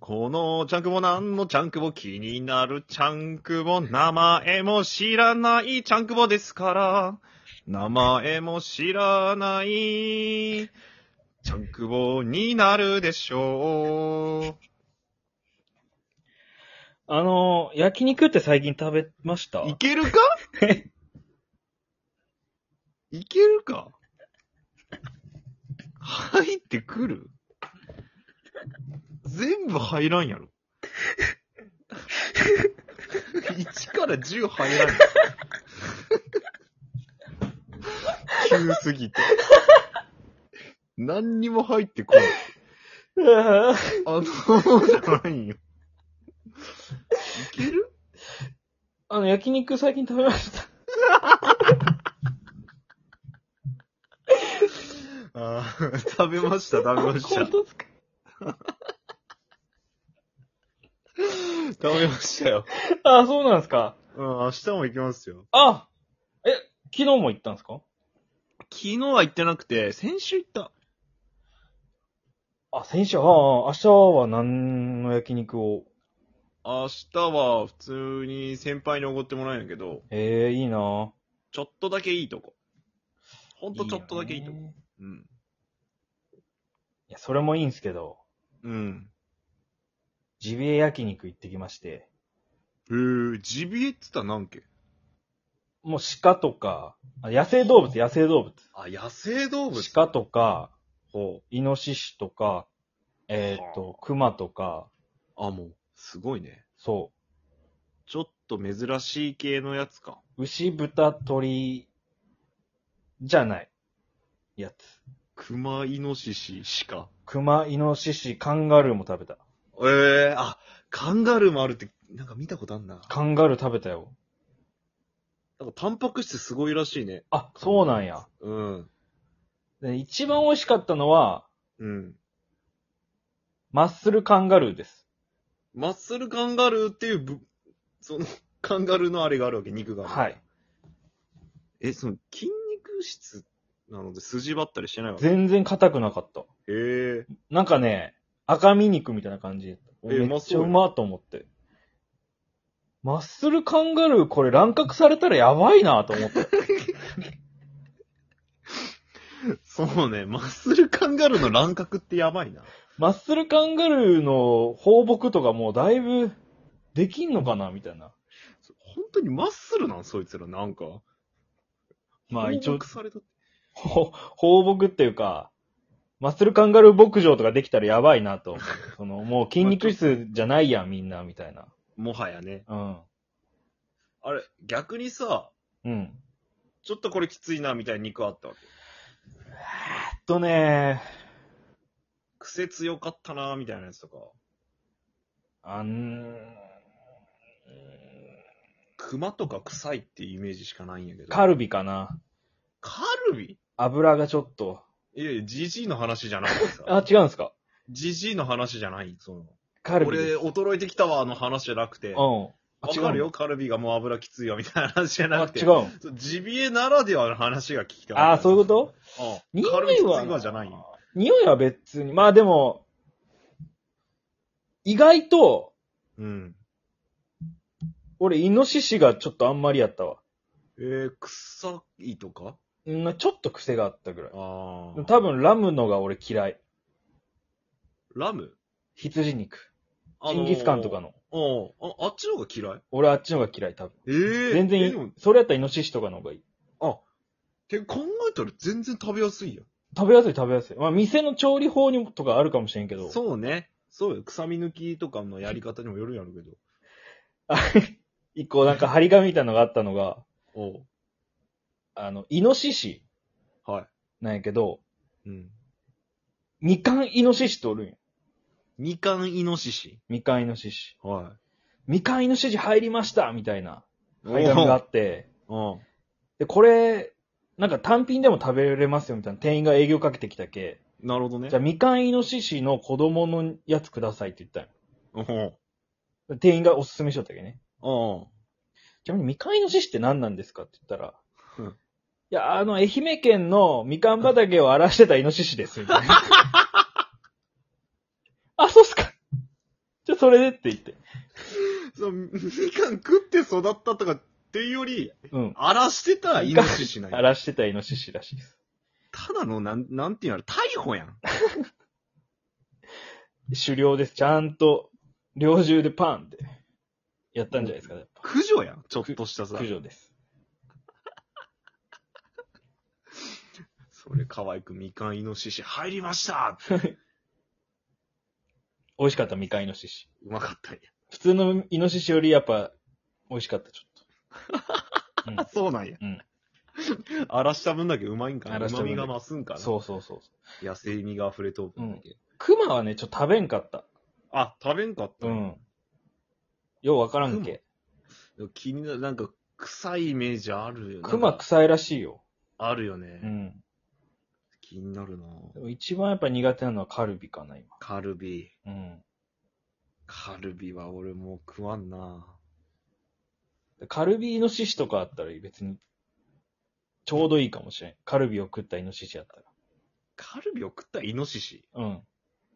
このチャンクボなんのチャンクボ気になるチャンクボ名前も知らないチャンクボですから。名前も知らないチャンクボになるでしょあの、焼肉って最近食べま したう。いけ るかいけるか入ってくる全部入らんやろ。1から10入らんやろ。急すぎて。何にも入ってこない。あの、じゃないよ。いけるあの、焼肉最近食べました。ああ、食べました、食べました本。当ですか食べましたよ。あ、そうなんですか。うん、明日も行きますよ。あえ、昨日も行ったんですか昨日は行ってなくて、先週行った。あ、先週、ああ、明日は何の焼肉を。明日は普通に先輩におごってもらえんやけど、ええいいなちょっとだけいいとこ。ほほんとちょっとだけいいとこ。いうん。や、それもいいんですけど、うん。ジビエ焼肉行ってきまして、へー、ジビエって言ったら何けもう鹿とか、あ野生動物、野生動物。あ、野生動物。鹿とか、ほイノシシとか、えっ、と、クマとか、う。あ、もう、すごいね。そちょっと珍しい系のやつか。う、牛、豚、鳥、じゃない、やつ。熊、イノシシ、鹿。クマ、イノシシ、カンガルーも食べた。ええー、あ、カンガルーもあるって、なんか見たことあんな。カンガルー食べたよ。なんかタンパク質すごいらしいね。あ、そうなんや。うん。で一番美味しかったのは、うん。マッスルカンガルーです。マッスルカンガルーっていうぶ、その、 カンガルーのあれがあるわけ、肉がある。はい。。え、その、筋肉質なので筋ばったりしてないわけへ全然硬くなかった。えー。なんかね、赤身肉みたいな感じ。えめうまっちそゃううやんまと思って。マッスルカンガルー、これ乱獲されたらやばいなと思って。そうね、マッスルカンガルーの乱獲ってやばいな。マッスルカンガルーの放牧とかもうだいぶできんのかなみたいな。本当にマッスルなんそいつら、なんか。まあ一放応牧、されたってほ放牧っていうか、マッスルカンガルー牧場とかできたらやばいなと思う。その、もう筋肉質じゃないやん、みんな、みたいな。もはやね。うん。あれ、逆にさ、うん。ちょっとこれきついな、みたいな肉あったわけ。えっとね、癖強かったな、みたいなやつとか。あん、熊とか臭いっていうイメージしかないんやけど。カルビかな。カルビ油がちょっと。いやいや、ジジイの話じゃなくて さ。あ、違うんですかジジイの話じゃないその。カルビです。俺、衰えてきたわの話じゃなくて。うん。わあ、違うのかるよ、カルビがもう油きついわ、みたいな話じゃなあく、て。違う。のそうジビエならではの話が聞きたあー、そういうこととうん。匂いカはルビきついわじゃないよ。匂いは別に。まあでも、意外と、うん。俺、イノシシがちょっとあんまりやったわ。えー、臭いとかうんちょっと癖があったぐらい。あでもあ。多分、ラムのが俺嫌い。ラム羊肉。ジンギスカンとか。の。あのーうん。あ、あっちの方が嫌い俺、あっちのが嫌い、多分。えー、全えでもっ然、それやったらイノシシとかの方がいい。て考えたら全然食べやすいやん。食べやすい、食べやすい。まあ、店の調理法にもとかあるかもしれんけど。そうね。そうよ。臭み抜きとかのやり方にもよるんやろうけど。あ 一個、なんか、張り紙みたいなのがあったのが、おうあの、イノシシはなんやけど、い。うん。みかんイノシシっておるんよ。みかんイノシシ。みかんイノシシ。はみかんイノシシ入りましたみたいな、い。張り紙があって、おうで、これ、なんか単品でも食べれますよみたいな店員が営業かけてきたけ。うん。なるほどね。じゃあみかんイノシシの子供のやつくださいって言ったんおうよ。店員がおすすめしとったっけね。おうちなみにみかんイノシシって何なんですかって言ったら、うんいや、あの、愛媛県のみかん畑を 荒らしてたイノシシです、みたいな。あ、そうっすか。それでって言って。そう、みかん食って育ったとかっていうより、うん。荒らしてたイノシ シなん荒や。らしてたイノシシらしいです。ただの、なん、なんていうのあれ、逮捕やん。狩猟です。ちゃんと、猟銃でパンって、やったんじゃないですか、やっぱ駆除やん。ちょっとしたさ駆。除です。それ可愛くみかんイノシシ入りました美味しかった、未開イノシシ。うまかったんや。 普通のイノシシよりやっぱ、美味しかった、ちょっと。うんあ、そうなんや。うん荒らした分だけうまいんかな。荒らした旨分だ味けが増すんかな。そうそうそう。野生味が溢れとう分だけ。クマはね、ちょっと食べんかった。あ、食べんかった。うん。ようわからんけ。気になる、なんか、臭いイメージあるよね。クなマんか臭いらしいよ。あるようね。ん。気になるなでも一番やっぱ苦手なのはカルビかな、今。カルビ。うん。カルビは俺もう食わんなカルビイノシシとかあったら別に、ちょうどいいかもしれん。カルビを食ったイノシシやったカルビを食ったイノシシら。うん。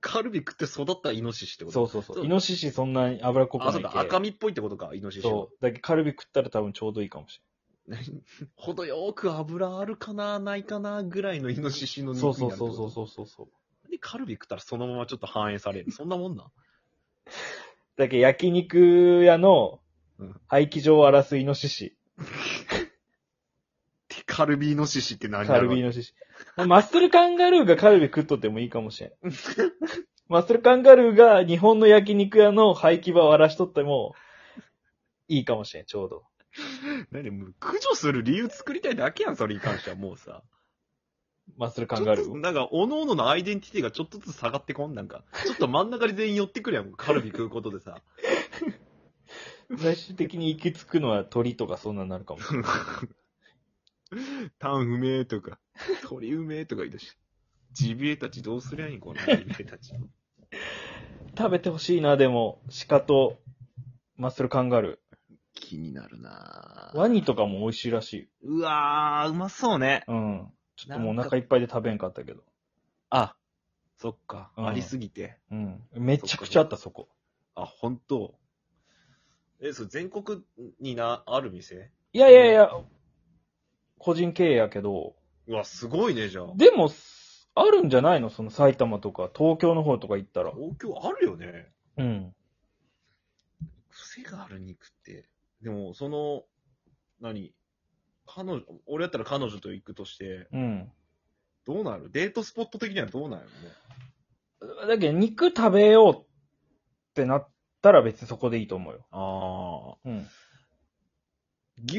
カルビ食って育ったイノシシってことそうそうそう。そうイノシシそんなに脂っこくなあ、いそうけか、赤身っぽいってことか、イノシシはそ。う。だけどカルビ食ったら多分ちょうどいいかもし 程よく油あるかな、ないかな、ぐらいのイノシシのれん。肉そにうなるそっうてこそとうそうそうそうそう。で、カルビ食ったらそのままちょっと反映される。そんなもんな。だけど焼肉屋のうん廃棄場を荒らすイノシシ。でカルビイノシシって何だカろルうビイノシシ。マッスルカンガルーがカルビ食っとってもいいかもしれん。 マッスルカンガルーが日本の焼肉屋の廃棄場を荒らしとってもいいかもしれん、ちょうど。何もう駆除する理由作りたいだけやん、それに関してはもうさ。マッスルカンガルちょっとー。なんか、おのおののアイデンティティがちょっとずつ下がってこんなんか。ちょっと真ん中に全員寄ってくるやん、カルビ食うことでさ。最終的に行き着くのは鳥とかそんなになるかもしれん。 タンうめえとか、鳥うめえとか言い出して。ジビエたちどうすりゃいいんこ のジビエたち。食べてほしいな、でも。鹿とマッスルカンガル気になるなー。ぁワニとかも美味しいらしいよ。うわー、うまそうね。うん。ちょっともうおなん腹かいっぱいで食べんかったけど。あ、そっか、うんありすぎて。うん。めちゃくちゃあった、そこ。あ、ほんと。え、そう、全国にな、ある店いやいやいや、個人経営やけど、うわ、すごいね、じゃあ。でも、すあるんじゃないのその埼玉とか東京の方とか行ったら。東京あるよね。うん。癖がある肉って。でも、その、何彼女、俺やったら彼女と行くとして、うん。どうなるデートスポット的にはどうなるのだけど、肉食べようってなったら別にそこでいいと思うよ。ああ。うん。い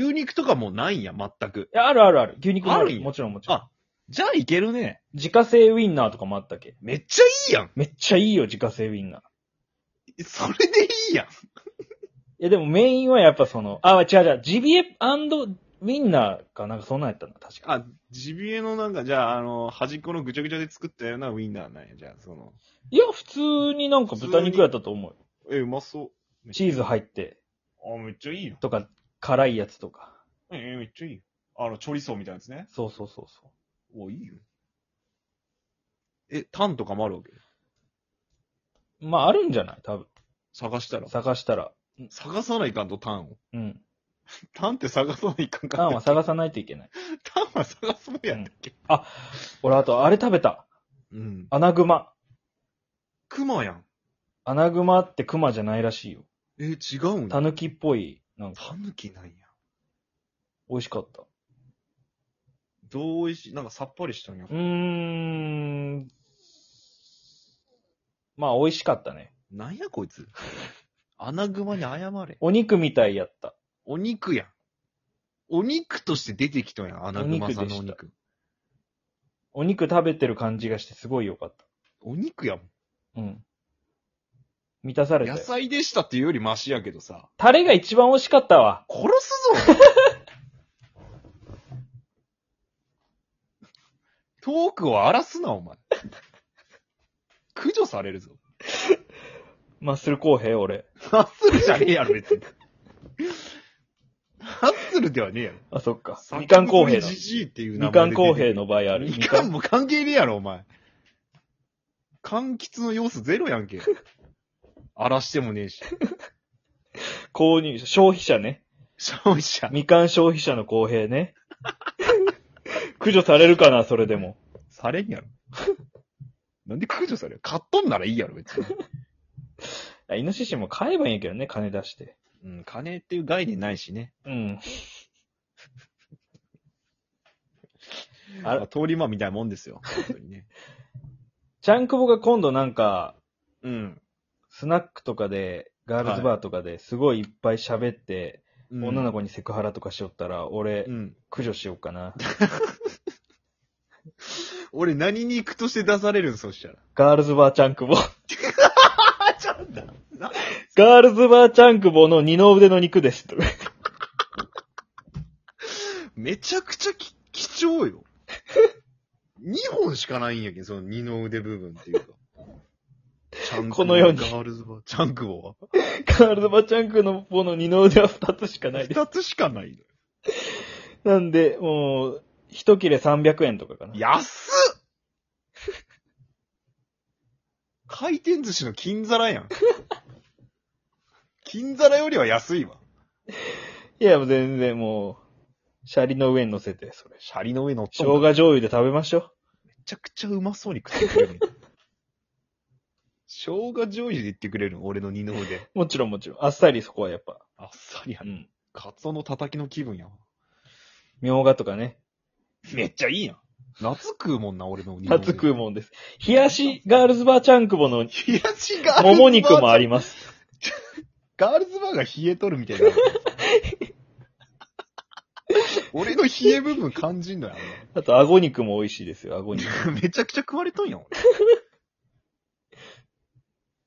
牛肉とかもうないんや、全く。や、あるあるある。牛肉もああるんる。やもちろんもちろんあ。じゃあいけるね。自家製ウインナーとかもあったっけめっちゃいいやん。めっちゃいいよ、自家製ウインナー。それでいいやん。いや、でもメインはやっぱその、あ、違う違う、ジビエウインナーかなんかそんなんやったんだ、確か。あ、ジビエのなんか、じゃあ、あの、端っこのぐちゃぐちゃで作ったようなウインナーなんや、じゃあ、その。いや、普通になんか豚肉やったと思うよ。え、うまそチーズ入って、う。あ、めっちゃいいよ。とか、辛いやつとか。え、えめっちゃいいよ。あの、チョリソーみたいなやつね。そうそうそうそう。お、いいよ。え、タンとかもあるわけまあ、あるんじゃない多分。探したら。探したら。探さないかんと、タンを。うん。タンって探さないかんかタンはら。探さないといけない。タンは探すもんやったっけ俺、あと、あれ食べた。うん。アナグマ。クマやん。アナグマってクマじゃないらしいよ。え、違うんタや。ヌキっぽい、なんか、タヌキなんや。美味しかった。どう美味しい、なんかさっぱりしたんやう。ーん。まあ、美味しかったね。なんやこいつ。 アナグマに謝れ。お肉みたいやった。お肉やん。お肉として出てきたやん、アナグマさんのおお肉でし肉。お肉食べてる感じがしてすごい良かっお肉やもん。た。うん。満たされた野よ。菜でしたっていうよりマシやけどさ。タレが一番美味しかったわ。殺すぞ トークを荒らすな、お前。駆除され るぞ。マッスル公平、俺。ハッスルじゃねえやろ、別に。ハッスルではねえやろ。あ、そっか。みかん公平だ。ジジイっていう名み前かでん出てくる公平の場合ある。みかんも関係ねえやろ、お前。柑橘の要素ゼロやんけ。 荒らしてもねえし。購入者、消費者ね。消費 者。みかん消費者の公平ね。 駆除されるかな、それでも。されんやろ。 なんで駆除される買っとんならいいやろ、別に。あイノシシも買えばいいんやけどね、金出して。 うん、金っていう概念ないしね。うん。ああれ通り魔みたいなもんですよ。本当にね。ちゃんくぼが今度なんか、うん。スナックとかで、ガールズバーとかですごいいっぱい喋って、女の子にセクハラとかしよったら、俺、うん。駆除しようかな。俺何に行くとして出されるん、そしたら。ガールズバーちゃんくぼ。あ、ちゃんだ。なガールズバーちゃんくぼの二の腕の肉です。 めちゃくちゃき貴重 よ。2本しかないんやけど、その二の腕部分って いうか。ちゃんこの世にガールズバー。チャンクボはガールズバーちゃんくのぼの二の腕は二つしかないです。二つしかないのよ。なんで、もう、一切れ300円とかかな。安っ回転寿司の金皿 やん。金皿よりは安いわ。いや、もう全然もう、シャリの上に乗せて、それ。シャリの上乗っと生んの姜醤油で食べましょめちゃくちゃうまそうに食ってくれるの。 生姜醤油で言ってくれるの俺の二の腕。う。もちろんもちろん。あっさりそこはやっぱ。あっさりや。うんん。カツオのたたきの気分やわ。みょうがとかね。めっちゃいいやん。夏食うもんな、俺の二の初腕。食うもんです。冷やし ガールズバーちゃんくぼの冷やしガールズバー。もも肉もあります。ガールズバーが冷えとるみたいな。 俺の冷え部分感じんのや、あんまあと、顎肉も美味しいですよ、顎肉。 めちゃくちゃ食われとんやん、俺。